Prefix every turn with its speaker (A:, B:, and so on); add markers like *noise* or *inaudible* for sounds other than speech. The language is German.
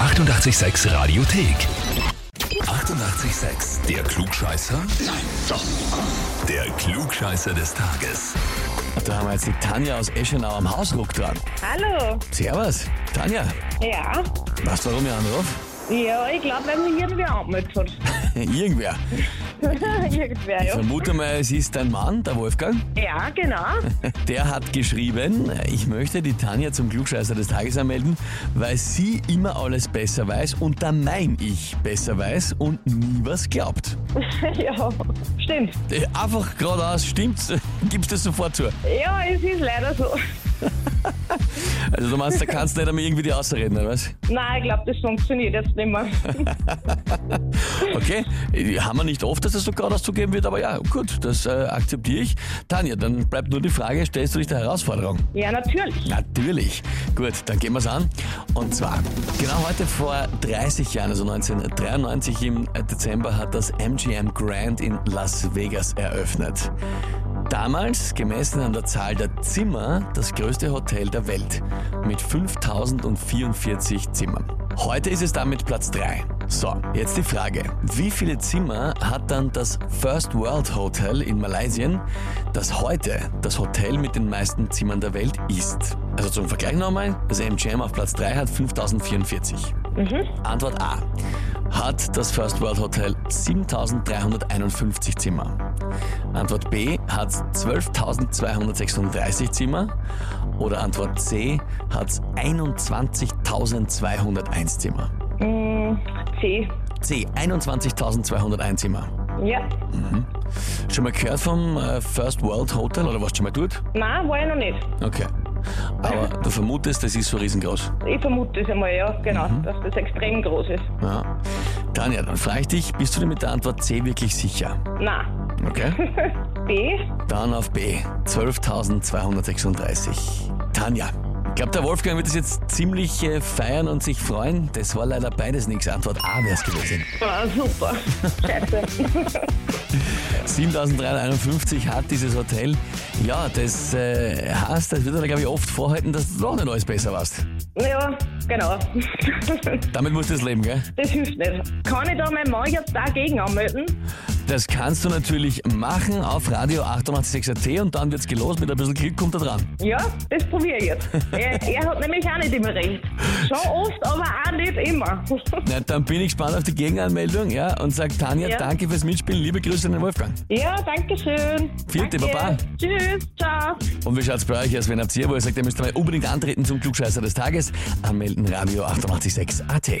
A: 886 Radiothek. 88,6. Der Klugscheißer? Nein, doch. Der Klugscheißer des Tages.
B: Da haben wir jetzt die Tanja aus Eschenau am Hausruck dran.
C: Hallo.
B: Servus, Tanja.
C: Ja.
B: Weißt du, warum ich anrufe? *laughs*
C: Ja, ich glaube, weil mich irgendwer angemeldet hat. *laughs*
B: Irgendwer.
C: irgendwer,
B: Ich
C: ja.
B: vermute mal, es ist dein Mann, der Wolfgang. *laughs*
C: Ja, genau. *laughs*
B: Der hat geschrieben, ich möchte die Tanja zum Klugscheißer des Tages anmelden, weil sie immer alles besser weiß und da mein ich besser weiß und nie was glaubt.
C: ja, stimmt.
B: Äh, Einfach geradeaus, stimmt's, *laughs* gibst das sofort zu.
C: Ja, es ist leider so.
B: Also du meinst, da kannst du nicht einmal irgendwie die ausreden, oder was?
C: Nein, ich glaube, das funktioniert jetzt nicht mehr.
B: Okay, äh, haben wir nicht oft, dass das so geradeaus zugeben wird, aber ja, gut, das äh, akzeptiere ich. Tanja, dann bleibt nur die Frage, stellst du dich der Herausforderung?
C: ja, natürlich.
B: Natürlich. Gut, dann gehen wir's an. Und zwar, genau heute vor 30 Jahren, also 1993 im Dezember, hat das MGM Grand in Las Vegas eröffnet. Damals, gemessen an der Zahl der Zimmer, das größte Hotel der Welt mit 5044 Zimmern. Heute ist es damit Platz 3. So, jetzt die Frage. Wie viele Zimmer hat dann das First World Hotel in Malaysia, das heute das Hotel mit den meisten Zimmern der Welt ist? Also zum Vergleich nochmal, das MGM auf Platz 3 hat 5044. Antwort A. Hat das First World Hotel 7351 Zimmer? Antwort B hat 12.236 Zimmer oder Antwort C hat 21.201 Zimmer.
C: Mm, C.
B: C 21.201 Zimmer.
C: Ja.
B: Schon mal gehört vom äh, First World Hotel oder warst schon mal dort?
C: Nein, war ich noch nicht.
B: Okay. Aber du vermutest, das ist so riesengroß.
C: Ich vermute es einmal, ja, genau, dass das extrem groß ist.
B: Ja. Tanja, dann frage ich dich, bist du dir mit der Antwort C wirklich sicher?
C: Nein.
B: Okay.
C: B.
B: Dann auf B. 12.236. Tanja. Ich glaube, der Wolfgang wird das jetzt ziemlich äh, feiern und sich freuen. Das war leider beides nichts. Antwort A wäre es gewesen.
C: Ah, super. Scheiße. *laughs*
B: 7.351 hat dieses Hotel. Ja, das äh, heißt, das wird er, glaube ich, oft vorhalten, dass du doch nicht alles besser warst.
C: ja, genau. *laughs*
B: Damit musst du das leben, gell?
C: das hilft nicht. Kann ich da meinen Mann jetzt dagegen anmelden?
B: Das kannst du natürlich machen auf Radio 886.at und dann wird's gelost. Mit ein bisschen Glück kommt er dran.
C: Ja, das probiere ich
B: *laughs*
C: jetzt. Er, er hat nämlich auch nicht immer recht. Schon oft, aber auch nicht immer. *laughs*
B: Na, dann bin ich gespannt auf die Gegenanmeldung ja, und sag Tanja,
C: Ja.
B: danke fürs Mitspielen. Liebe Grüße an den Wolfgang.
C: ja, danke schön.
B: Vierte,
C: danke.
B: Baba.
C: Tschüss, ciao.
B: Und wie schaut's bei euch aus, wenn habt ihr, wo ihr sagt, ihr müsst mal unbedingt antreten zum Klugscheißer des Tages? Anmelden Radio 886 AT.